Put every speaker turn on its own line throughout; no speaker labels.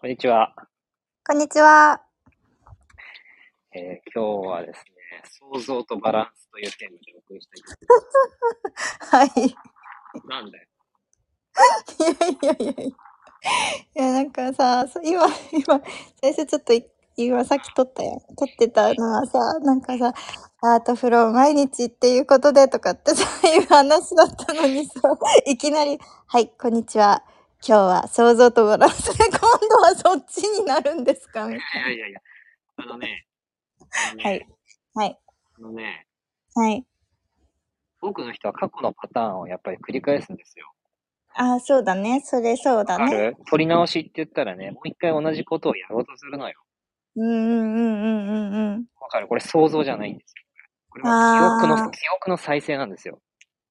こんにちは。
こんにちは。
えー今日はですね、想像とバランスというテーマでお送りしたいと
はい。い
思います。なんだよ。
やいやいやいや。いや、なんかさ、そう今、今、先生ちょっとい、今さっき撮ったやん。撮ってたのはさ、なんかさ、アートフロー毎日っていうことでとかってさ、いう話だったのにさ、いきなり、はい、こんにちは。今日は想像とバランスで、今度はそっちになるんですかみたい
いやいやいや、あのね、あのね
な。はい。。はい。
あのね、
はい。
多くの人は過去のパターンをやっぱり繰り返すんですよ。
ああ、そうだね。それそうだ
あ
ね。
る取り直しって言ったらね、もう一回同じことをやろうとするのよ。
うんうんうんうんうんうん。
わかるこれ想像じゃないんですよ。これは
あー
記憶の、記憶の再生なんですよ。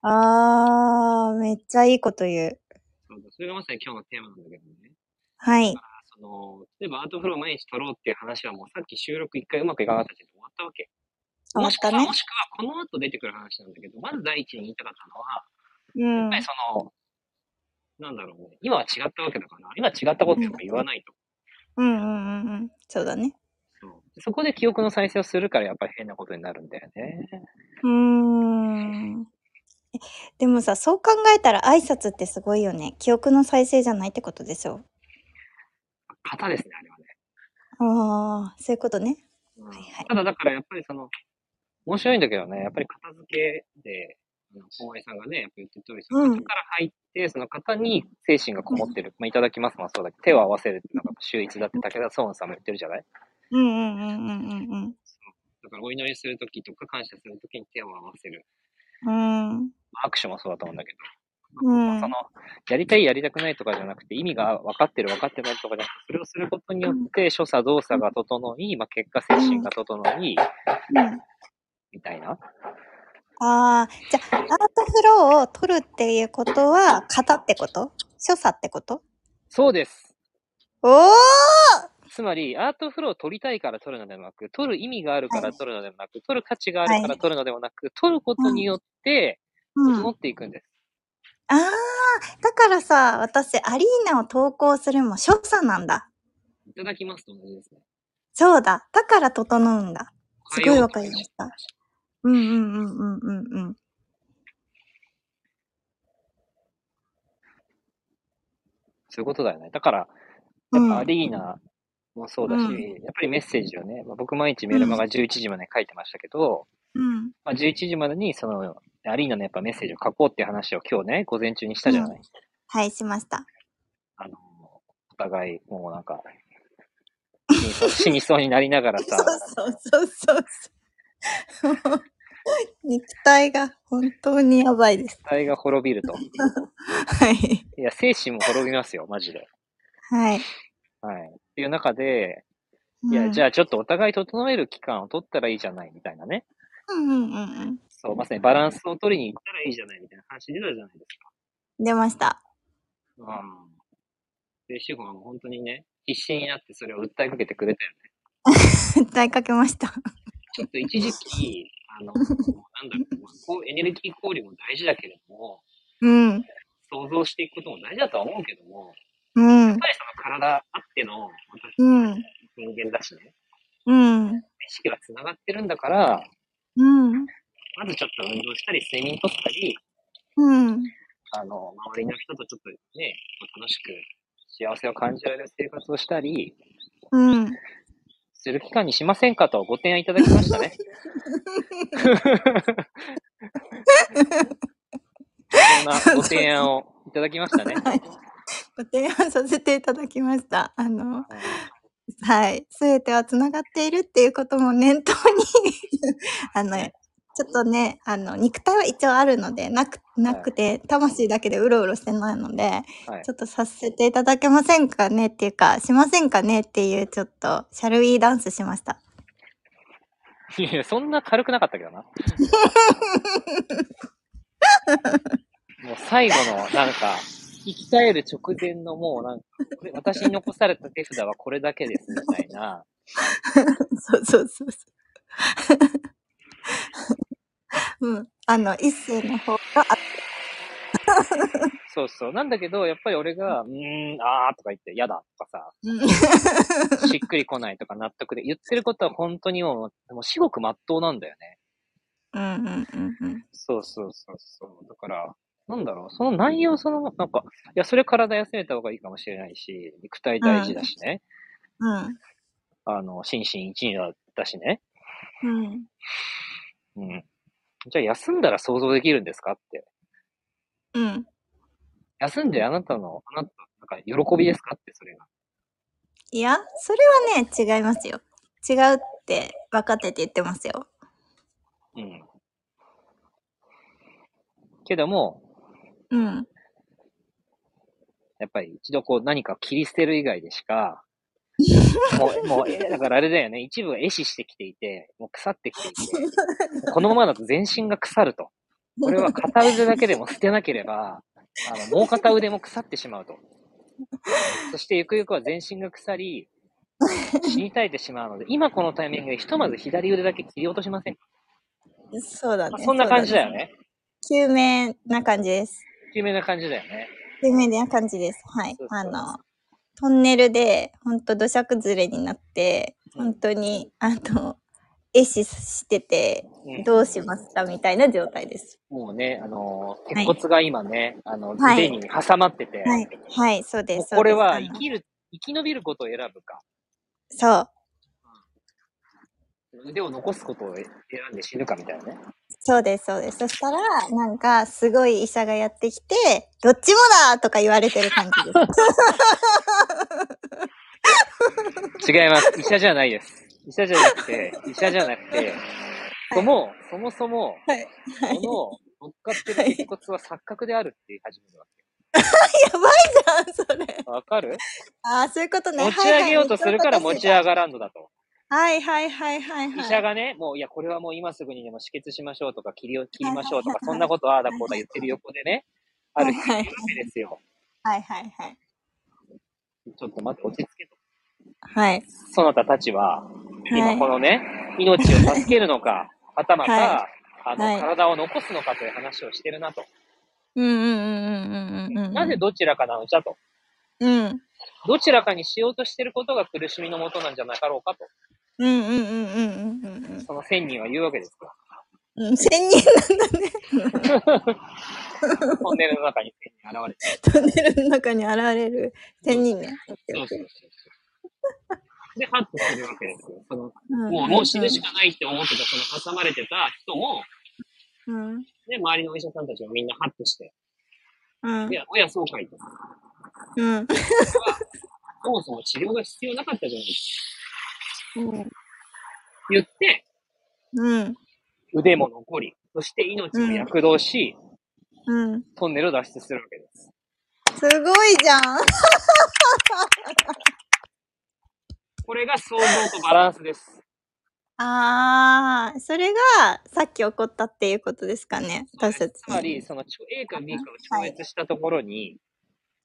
あー、めっちゃいいこと言う。
そうそうそれがまさに今日のテーマなんだけどね。
はい。
その、例えばアートフロー毎日撮ろうっていう話はもうさっき収録一回うまくいかなかったけど終わったわけ。
終わ
も
っ
しく
た
は、
ね
も。しくはこの後出てくる話なんだけど、まず第一に言いたかったのは、
うん。
やっぱりその、なんだろうね、今は違ったわけだから、今違ったこととか言わないと。
うんうんうんうん。そうだね。
そうそこで記憶の再生をするから、やっぱり変なことになるんだよね。
うーん。えでもさ、そう考えたら挨拶ってすごいよね。記憶の再生じゃないってことでしょ。
型ですね、あれはね。
ああ、そういうことね。
うん
はいはい
ただ、だからやっぱりその、面白いんだけどね、やっぱり片付けで、あの大江さんがね、やっぱ言ってた通り、その
うん
型から入って、その型に精神がこもってる。まあ、いただきますもそうだけど、手を合わせるっていうのが秀逸だって武田壮音さんも言ってるじゃない
うんうんうんうんうん
だからお祈りするときとか感謝するときに手を合わせる。
うん。うん。
まあ握手もそうだと思うんだけど、
うん
まあそのやりたいやりたくないとかじゃなくて意味が分かってる分かってないとかじゃなくてそれをすることによって所作動作が整い、まあ、結果精神が整い
うん
みたいな
ああ、じゃあ、アートフローを取るっていうことは、型ってこと所作ってこと
そうです
おー
つまりアートフローを取りたいから取るのでもなく取る意味があるから取るのでもなく取る価値があるから取るのでもなく取ることによって
うん
整っていくんです、
ああ、だからさ、私、アリーナを投稿するも所作なんだ。
いただきますと同じですね
そうだ。だから整うんだ。すごいわかりま
し
した。うんうんうんうんうんうん。
そういうことだよねだから
う
やっ
ん
ぱアリーナもそうだし、
うん
やっぱりメッセージをね、まあ、僕毎日メルマガ11時まで書いてましたけど、
うん
まあ、11時までにそのアリーナのやっぱメッセージを書こうっていう話を今日ね、午前中にしたじゃない。
はい、しました。
あの、お互いもうなんか、死にそう死にそうになりながら
そ
さ
う、そうそうそうそう。 もう肉体が本当にやばいです。
体が滅びると。
はい。
いや、精神も滅びますよ、マジで。
はい。
はい。っていう中で、いや、じ
ゃ
ゃあちょっとお互い整える期間を取ったらいいじゃない、みたいなね。
あ。うんうんうん
そう、まさにバランスを取りに行ったらいいじゃない、みたいな話出たじゃないですか。
うん。出ました。
うん。で、シュゴンはもう本当にね、必死になってそれを訴えかけてくれたよね。
訴えかけました。
ちょっと一時期、あの、なんだろうまあこう、エネルギー交流も大事だけれども、
うん。
想像していくことも大事だとは思うけども、
うん
やっ。ぱりその体あっての、私
うん。
人間だしね、
うん。
意識が繋がってるんだから、
うん。
まずちょっと運動したり、睡眠とったり、
うん。
あの、周りの人とちょっとね、こう楽しく幸せを感じられる生活をしたり、
うん。
する期間にしませんかとご提案いただきましたね。そんなご提案をいただきましたね。
はいご提案させていただきました。あの、はい。すべてはつながっているっていうことも念頭 に、あの、ちょっとね、あの、肉体は一応あるので、なく、なくて、魂だけでうろうろしてないので、
はい
ちょっとさせていただけませんかねっていうか、しませんかねっていう、ちょっと、シャルウィーダンスしました。
いやいや、そんな軽くなかったけどな。もう最後の、なんか、生き返る直前のもうなんか、これ私に残された手札はこれだけです、みたいな。
そうそうそう そう。うん。あの、一世の方が、
そうそう。なんだけど、やっぱり俺が、うーん、あーとか言って、やだとか
うん
さ、しっくりこないとか納得で、言ってることは本当にもう、もう至極真っ当なんだよね。
うんうんうんうん。
そうそうそうそう。だから、なんだろう、その内容その、なんか、いや、それ体休めた方がいいかもしれないし、肉体大事だしね、
うん。
あの、心身一にだしね、
うん。
うん。じゃあ休んだら想像できるんですかって。
うん。
休んであなたの、あなた、なんか喜びですかって、それが。
いや、それはね、違いますよ。違うって分かってて言ってますよ。
うん。けども、
うん。
やっぱり一度こう何かを切り捨てる以外でし か、もう、もう、えだからあれだよね、一部が壊死してきていて、もう腐ってきていて、このままだと全身が腐ると。これは片腕だけでも捨てなければ、あの、もう片腕も腐ってしまうと。そしてゆくゆくは全身が腐り、死に絶えてしまうので、今このタイミングでひとまず左腕だけ切り落としませんか、
そうだ
まあ
ね。
そんな感じだよ
ね。
ね。
救命な感じです。
有名な感じだよね。
有名な感じです。はい
そう。そう
あの、トンネルで、ほんと土砂崩れになって、
うん
本当に、あの、壊死してて、
うん
どうしますかみたいな状態です。
もうね、あのー、
は
鉄
い
骨が今ね、あの、
はい
腕に挟まってて、
はい。はい、そうで
もう
す。
これは
そうで
生きる、生き延びることを選ぶか、
すあのそう。
腕を残すことを選んで死ぬかみたいなね。
そうです、そうです。そしたら、なんか、すごい医者がやってきて、どっちもだとか言われてる感じです。
違います。 医者じゃないです。医者じゃなくて、医者じゃなく て、そも、そもそも、
はい。はい。
この乗っかってる鉄骨は錯覚であるって言い始めるわ
やばいじゃん、それ。
け。わか る
ああ、そういうことね。
持ち上げようとするから持ち上
が
がらんのだと。
はいはいはいはい
医
はい。
者がね、もう、いや、これはもう今すぐにでも止血しましょうとか、切りを切りましょうとか、
はいはいはい
そんなことああだこうだ言ってる横でね、ある人いるわ
はいはい
けですよ。
はいはいはい。
ちょっと待って、落ち着けと。
はい。
そなたたちは、
は
今
い
このね、命を助けるの か、はたまた、
は
あの、
はい
体を残すのかという話をしてるなと。
うんうんうんうんうんうんうん。
なぜどちらかなのじゃと。
うん。
どちらかにしようとしてることが苦しみのもとなんじゃなかろうかと、
うんうんうんうんうんうん
その千人は言うわけですか
うんうん。千人なんだね。
ら。トンネルの中に千人現れて。
トンネルの中に現れる千人ね。
そうそうそうそう。で、ハッとするわけですよ。その、
うん
もう、もう死ぬしかないって思ってた、その挟まれてた人も、
うん。
ね、周りのお医者さんたちもみんなハッとして、
うん
い。や、おや、そうかいと。
うん。
そもそも治療が必要なかったじゃないです
うん。
か。言って、
うん。
腕も残り、そして命も躍動し、
うん。
トンネルを脱出するわけです。
すごいじゃん。
これが想像とバランスです。
ああ、それがさっき起こったっていうことですかね。私たち。
つまり、そのちょ A か B かを超越したところに、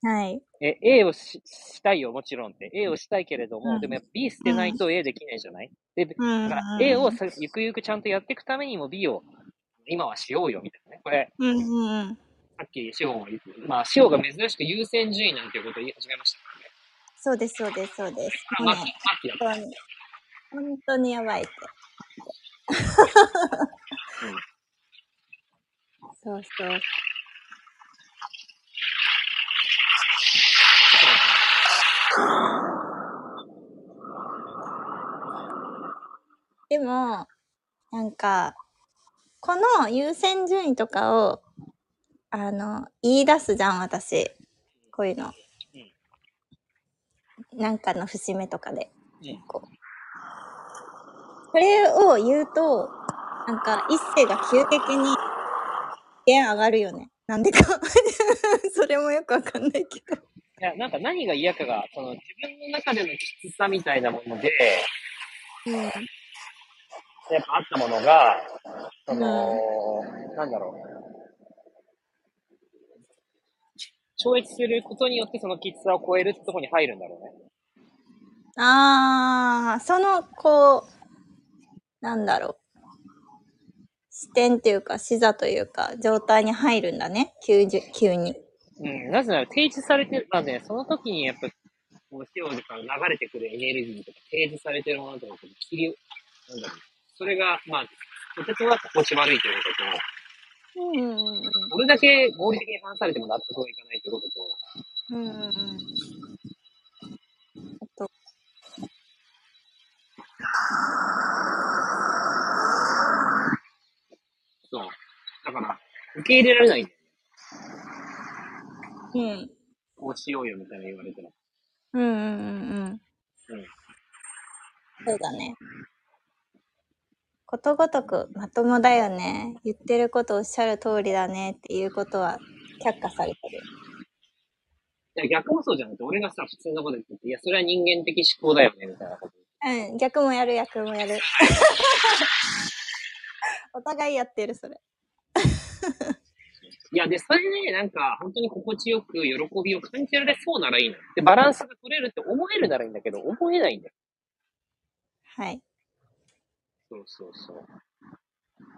はい。
え A をししたいよ、もちろんって。A をしたいけれども、
うん
でもやっぱ B 捨てないと A できないじゃない、で、だ
うん。
から A をさゆくゆくちゃんとやっていくためにも B を今はしようよ、みたいなね。これ、
うんうんうん。
さっきシオンは言って、まあ、シオンが珍しく優先順位なんていうことを言い始めましたからね。
そうです、そうです、そうです。
これ
も
は末
う
期
ね、
末期だった。
本当に。本当にやばいって。そうそう。でも、なんか、この優先順位とかを、あの、言い出すじゃん、私。こういうの。なんかの節目とかで。
うん
こう。これを言うと、なんか、一世が急激に、弦上がるよね。なんでか。 それもよくわかんないけど。
いや、なんか何が嫌かが、その自分の中でのきつさみたいなもので、
うん。
やっぱあったものが、その、なんだろう。超越することによってそのきつさを超えるってとこに入るんだろうね。
ああ、その、こう、なんだろう。視点というか、視座というか、状態に入るんだね。急じ急に。
うん、なぜなら提示されてる、まあね、その時にやっぱ、こう、塩でから流れてくるエネルギーとか、提示されてるものとか、切り、なんだろう。それが、まあ、とてつもなく腰悪いということと、
うんうん
どれだけ合理的に話されても納得がいかないということと、
うんうんうんうんあと
そう。だから、受け入れられないんだよね。
うん
こうしようよみたいな言われたら。
うんうんうんうん
うん。
そうだねことごとくまともだよね言ってることおっしゃる通りだねっていうことは却下されてる
いや、逆もそうじゃなくて、俺がさ、普通のこと言ってて、いや、それは人間的思考だよね、みたいなこと。
うん、逆もやる、逆もや る。お互いやってる、それ。
いや、で、それで、ね、なんか、本当に心地よく、喜びを感じられそうならいいな。で、バランスが取れるって思えるならいいんだけど、思えないんだよ。
はい。
そうそうそう。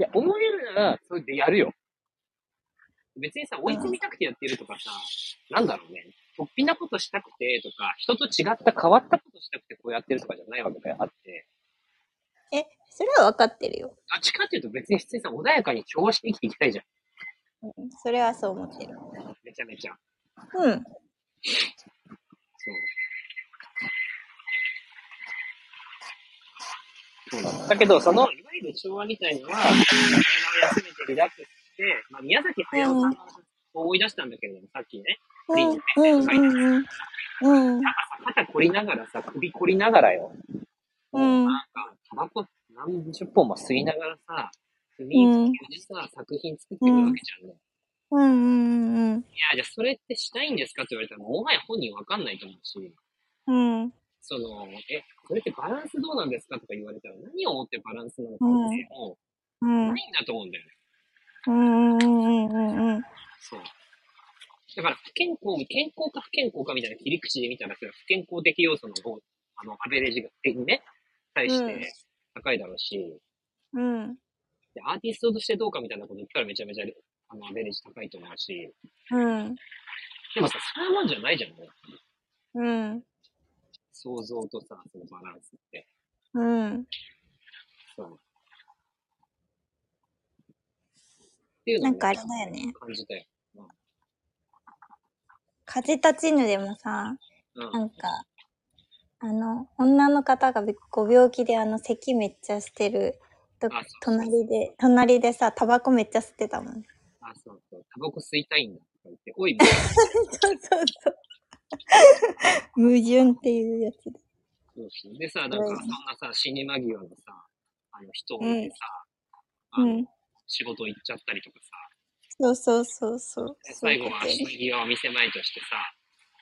いや、思えるなら、それでやるよ。別にさ、追い込みたくてやってるとかさ、なんだろうね。突飛なことしたくてとか、人と違った変わったことしたくてこうやってるとかじゃないわけであって、
え、それは分かってるよ。
どっちかっていうと別に普通にさ、穏やかに調和して生きていきたいじゃん。
うん、それはそう思ってる。
めちゃめちゃ。
うん。
そう。そうだだけど、その、いわゆる昭和みたいのは、体を休めてリラックスして、まあ、宮崎駿さんを思い出したんだけれども、さっきね、
うん、うん、うん。うん。
肩凝りながらさ、首凝りながらよ、
うん
なんか、タバコ何十本も吸いながらさ、炭に付けてさ、作品作っていくわけじゃんね。
うん、うん、
いや、じゃあそれってしたいんですかって言われたら、もはや本人わかんないと思うし、
うん。うん。
その、え、それってバランスどうなんですかとか言われたら、何を思ってバランスなのか
うん
って、も
う。
うんないんだと思うんだよね。
うん。うん。うん。
そう。だから、不健康、健康か不健康かみたいな切り口で見たら、それは不健康的要素の方、あの、アベレージが、えね、対し
うん
て高いだろうし、
うん。
で、アーティストとしてどうかみたいなこと言ったらめちゃめちゃ、あの、アベレージ高いと思うし、
うん。
でもさ、そういうもんじゃないじゃん、もう。
うん。
想像とさ、そのバランスって。
うん。
そう。っていうの
な
を
んかあれだよね。
感じたよ。
風立ちぬでもさ、
うん。
なんか、あの、女の方がびご病気で、あの、咳めっちゃしてると
あそう、
隣で、隣でさ、タバコめっちゃ吸ってたもん。
あ、そうそう。タバコ吸いたいんだとか言って、お い、みたいな
そうそうそう。矛盾っていうやつで。
そうそうでさ、なんか、
う
そ
ん
んなさ、死に間際のさ、あの人を見てさ、
う
あの
ん。
仕事行っちゃったりとかさ、
そうそうそうそう。
で
そうい
最後
うこ
は
とよ
死
ね
に際を見せまいとしてさ、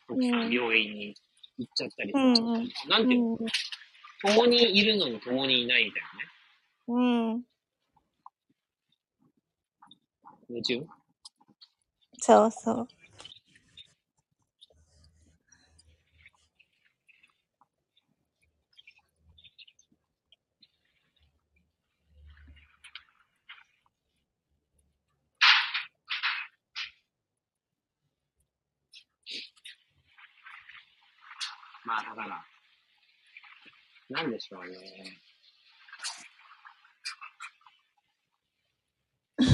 奥さ
うんん
病院に行っちゃったりさ、
うん
なんていうの、共にいるのに共にいないみたい
うん。うん。
なね。夢中
そうそう。
まあ、だから、なんでしょうね。 う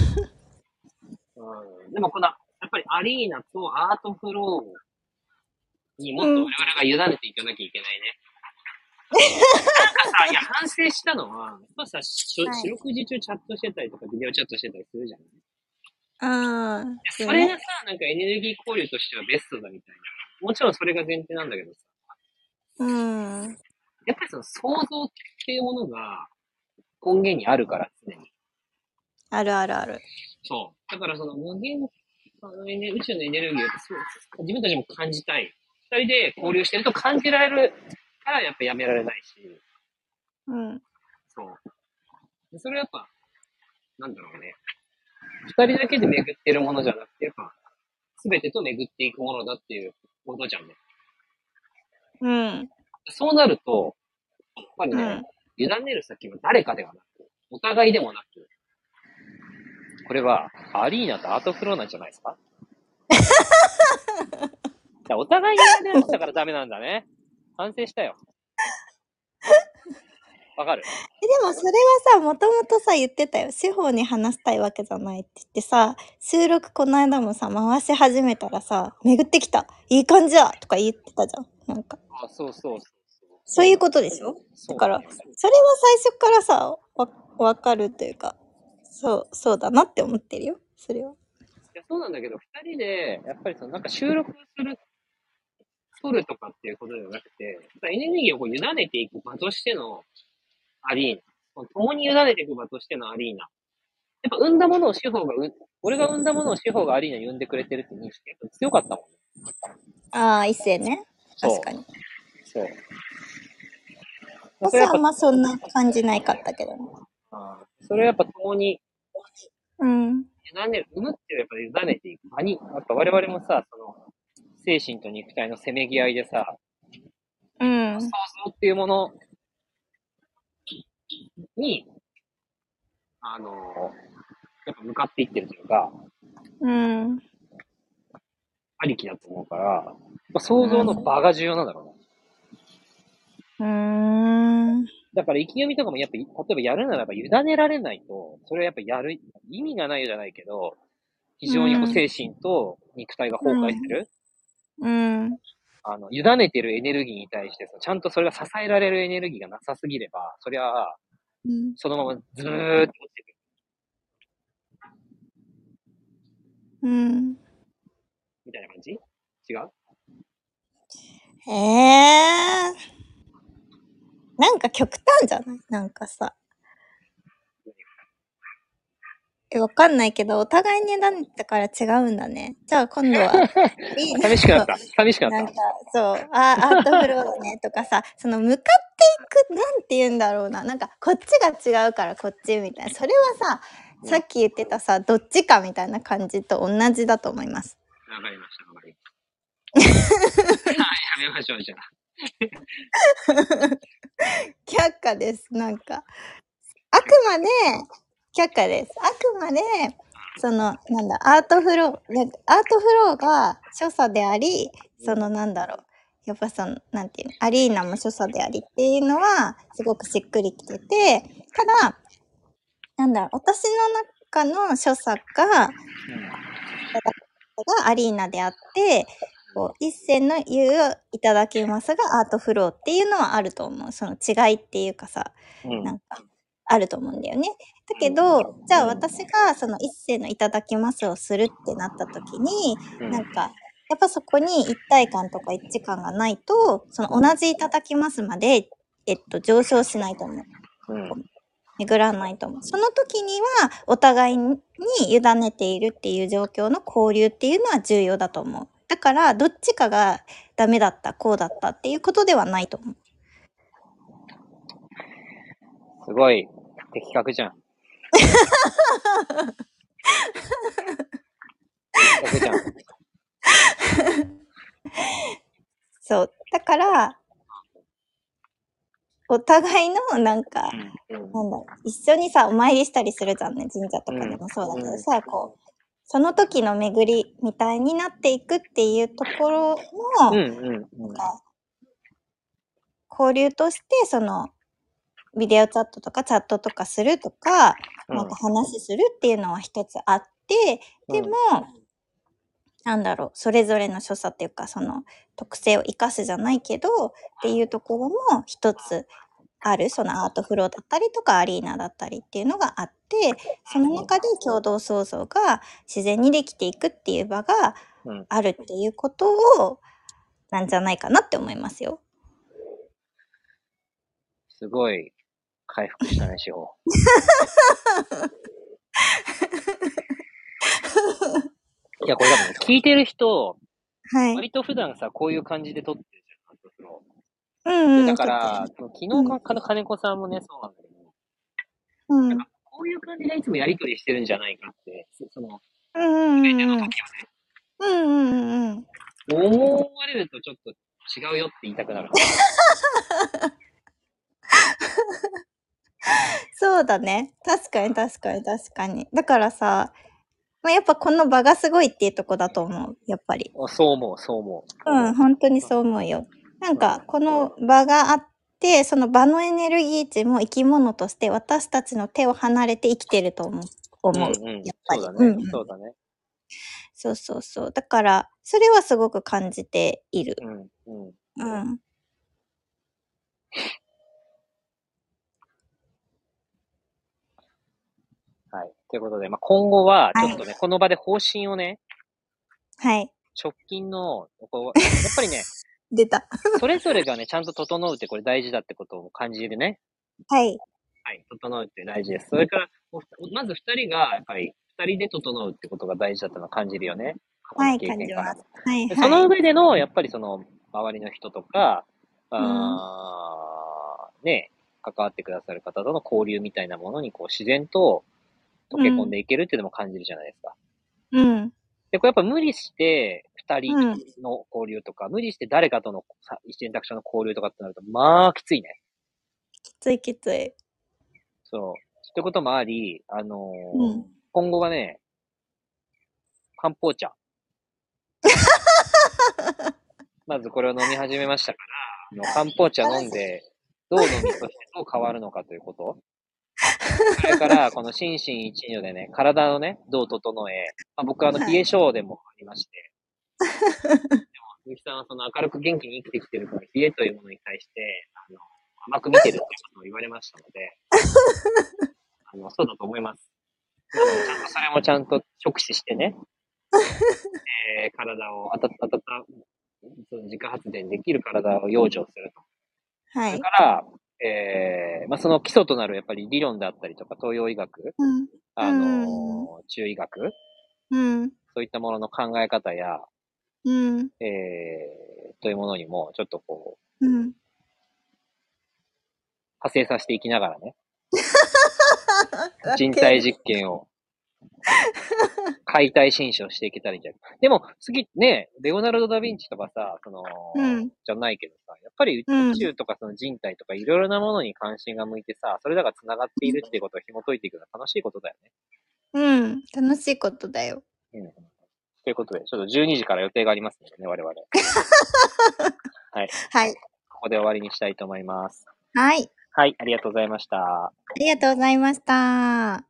ん、でもこの、やっぱりアリーナとアートフローにもっと我々が委ねていかなきゃいけないね。なんか さ、いや、反省したのは、やっぱさ、し
はい
四六時中チャットしてたりとか、ビデオチャットしてたりするじゃん。い
ああ。
やそれがさ、なんかエネルギー交流としてはベストだみたいな。もちろんそれが前提なんだけどさ。
うん。
やっぱりその想像っていうものが根源にあるから、常に。
あるあるある。
そう。だからその無限、あのエネ宇宙のエネルギーをそう自分たちも感じたい。二人で交流してると感じられるからやっぱやめられないし、
うん。
そう。でそれはやっぱ、なんだろうね。二人だけで巡ってるものじゃなくて、やっぱ、すべてと巡っていくものだっていうことじゃんね。
うん。
そうなると、やっぱりね、
うん
委ねる先は誰かではなく、お互い でもなく、これはアリーナとアートフローなんじゃないですかやお互いにやらなかったからダメなんだね。反省したよ。わかる。
えでもそれはさ、もともとさ、言ってたよ。司法に話したいわけじゃないって言ってさ、収録この間もさ、回し始めたらさ、巡ってきた。いい感じだとか言ってたじゃん。なんか、
あ、そうそうそうそう。
そういうことでしょ
そう
だか
な
ら
んですよ
それは最初からさ、わ、わかるというか、そう、そうだなって思ってるよ。それは。
いやそうなんだけど、二人で、やっぱりそのなんか収録する、撮るとかっていうことじゃなくて、やっぱエネルギーをこう委ねていく場としてのアリーナ。この共に委ねていく場としてのアリーナ。やっぱ生んだものを司法がう、俺が生んだものを司法がアリーナに生んでくれてるって認識、やっぱ強かったもん。
ああ、一世ね。
そう
確かに。
そう。そ
私
れやっ
はあ
ぱ
ん、まそんな感じないかったけどね。
あーそれやっぱ共に
うん。
委ねる、生むっていうのはやっぱ委ねていく場に、やっぱ我々もさ、その、精神と肉体のせめぎ合いでさ、
うん。
想像っていうものに、あの、やっぱ向かっていってるというか、
うん。
ありきだと思うから、やっぱ想像の場が重要なんだろうね。
うーん。
だから意気込みとかもやっぱ、例えばやるならば委ねられないと、それはやっぱやる、意味がないじゃないけど、非常にこう
う
ん精神と肉体が崩壊する、
うん。
あの、委ねてるエネルギーに対して、そのちゃんとそれが支えられるエネルギーがなさすぎれば、そりゃ、
うん
そのままずーっと落ちてくる。
うん。
みたいな感じ違う
へえ。なんか極端じゃないなんかさ。え、わかんないけど、お互いにだったから違うんだね。じゃあ今 度は、いいね
寂しくなった。寂しくな
な
っ
ん
た
か。、そう、あアートフローだねとかさ、その向かっていく、なんて言うんだろうな、なんか、こっちが違うからこっちみたいな、それはさ、さっき言ってたさ、どっちかみたいな感じと同じだと思います。
わかりました、わかりま した。はい、やめましょう、じゃあ。
却下です、なんか。あくまで、却下です。あくまで、その、なんだ、アートフロー、なんかアートフローが所作であり、その、なんだろう、やっぱその、なんていうの、アリーナも所作でありっていうのは、すごくしっくりきてて、ただ、なんだろう、私の中の所作が、がアリーナであって、こう一線の言ういただきますがアートフローっていうのはあると思う。その違いっていうかさ、
うん。
なんかあると思うんだよね。だけど、じゃあ私がその一線のいただきますをするってなった時に、
うん
なんか、やっぱそこに一体感とか一致感がないと、その同じいただきますまで、えっと、上昇しないと思う。
うん。
巡らないと思う。その時には、お互いに委ねているっていう状況の交流っていうのは重要だと思う。だから、どっちかがダメだった、こうだったっていうことではないと思う。
すごい、的確じゃん。的確じゃん。
そう。だから、お互いのなんか、
うん。
なんだろう一緒にさ、お参りしたりするじゃんね、神社とかでもそうだけどさ、こう、その時の巡りみたいになっていくっていうところの、
うん。うん。うん。
交流としてそのビデオチャットとかチャットとかするとか,、
うん
なんか話するっていうのは一つあってでも、なんだろうそれぞれの所作っていうかその特性を生かすじゃないけどっていうところも一つあるそのアートフローだったりとかアリーナだったりっていうのがあってその中で共同創造が自然にできていくっていう場が
うん。
あるっていうことをなんじゃないかなって思いますよ。
すごい、回復したね、司 法。いや、これ多分ね、聞いてる人、
はい、
割と普段さ、こういう感じで撮ってるじゃん、アートフロー
うんうん、
だから、その昨日か、金子さんもね、そうなんだけど、
うん、
なんかこういう感じでいつもやりとりしてるんじゃないかって、そその、
うんうんうん
時
うんうんう
を
ん
ね、思われるとちょっと違うよって言いたくな る。
そうだね確かに確かに確かにだからさまあ、やっぱこの場がすごいっていうとこだと思う、やっぱり。
あそう思う、そう思う。
うん、本当にそう思うよ。なんか、この場があって、その場のエネルギー値も生き物として私たちの手を離れて生きてると思う。
うん
思う
うん
やっぱ
そ
り
うだね、
うんうん
そうだね。
そうそうそう。だから、それはすごく感じている。
うん、うん。
うん。
はい。ということで、まあ、今後は、ちょっとね、この場で方針をね、
はい。
直近の、こうやっぱり ね、
出た。
それぞれがね、ちゃんと整うって、これ大事だってことを感じるね。
はい。
はい、整うって大事です。それから、おまず二人が、やっぱり、二人で整うってことが大事だったのは感じるよね。
はい、
過去の
感
経
じ
験から
ます。はい、
で
はい。
その上での、やっぱりその、周りの人とか、あーね、関わってくださる方との交流みたいなものに、こう、自然と溶け込んでいけるっていうのも感じるじゃないですか。
うん。
で、これやっぱ無理して、二人
うん
の交流とか、無理して誰かとのさ一選択肢の交流とかってなると、まあ、きついね。
きついきつい。
そう。ってこともあり、あのー
うん
今後はね、漢方茶。まずこれを飲み始めましたから、あの漢方茶飲んで、どう飲みとしてどう変わるのかということ。それから、この心身一如でね、体をね、どう整え、まあ、僕はあの、
はい
冷え性でもありまして、でも、鈴木さんはその明るく元気に生きてきてるから、冷えというものに対して、あの、甘く見てるっていうことを言われましたので、あの、そうだと思います。あのちゃんとそれもちゃんと直視してね、えー体を温温その自家発電できる体を養生すると。
は
だ
い
か。ら、えーまあ、その基礎となるやっぱり理論であったりとか、東洋医学、
うん。
あのー中医学、
うん。
そういったものの考え方や、
うん。
えーというものにも、ちょっとこう、
うん。
派生させていきながらね、 人体実験を、解体新書をしていけたらいいんじゃないでも、次ね、レオナルド・ダ・ヴィンチとかさ、その、
うん
じゃないけどさ、やっぱり
うん
宇宙とかその人体とかいろいろなものに関心が向いてさ、それらが繋がっているっていうことを紐解いていくのは楽しいことだよね。
うん。楽しいことだよ。
うん。ということで、ちょっと12時から予定がありますのでね、我々。はい。
はい。
ここで終わりにしたいと思います。
はい。
はい、ありがとうございました。
ありがとうございました。